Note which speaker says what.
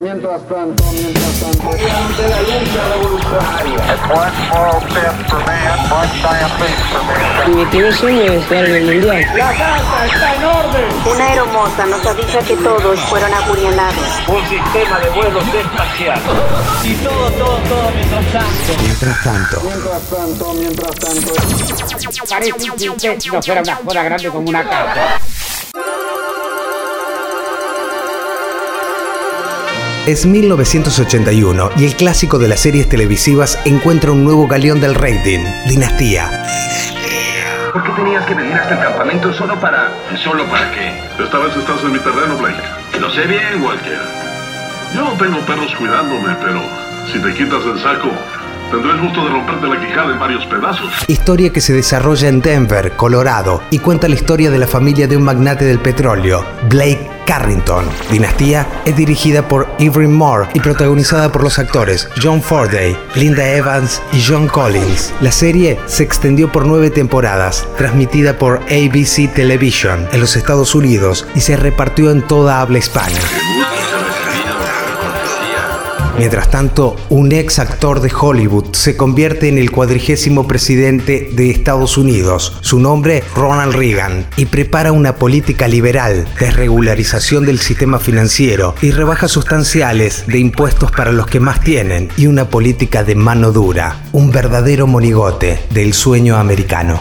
Speaker 1: Mientras tanto, mientras tanto, ante la lucha revolucionaria.
Speaker 2: One small step for man, one giant leap for mankind.
Speaker 3: Mi primer sueño es jugar en el mundial.
Speaker 1: La casa está en orden.
Speaker 4: Una hermosa nos avisa que todos fueron apuñalados.
Speaker 5: un sistema de vuelos espacial. Y todo, todo, todo mientras tanto.
Speaker 6: Mientras tanto,
Speaker 1: Mientras tanto, mientras tanto.
Speaker 7: Parece que usted no fuera una joda grande como una casa.
Speaker 6: es 1981 y el clásico de las series televisivas encuentra un nuevo galeón del rating, Dinastía.
Speaker 8: ¿Por qué tenías que venir hasta el campamento solo para... ¿Solo para qué?
Speaker 9: Esta vez estás en mi terreno, Blake.
Speaker 8: Lo sé bien, Walker.
Speaker 9: Yo tengo perros cuidándome, pero si te quitas el saco, tendré el gusto de romperte la quijada en varios pedazos.
Speaker 6: Historia que se desarrolla en Denver, Colorado, y cuenta la historia de la familia de un magnate del petróleo, Blake Carrington. Dinastía es dirigida por Ivory Moore y protagonizada por los actores John Forday, Linda Evans y John Collins. La serie se extendió por nueve temporadas, transmitida por ABC Television en los Estados Unidos y se repartió en toda habla hispana. Mientras tanto, un ex actor de Hollywood se convierte en el cuadrigésimo presidente de Estados Unidos, su nombre Ronald Reagan, y prepara una política liberal, desregularización del sistema financiero y rebajas sustanciales de impuestos para los que más tienen, y una política de mano dura, un verdadero monigote del sueño americano.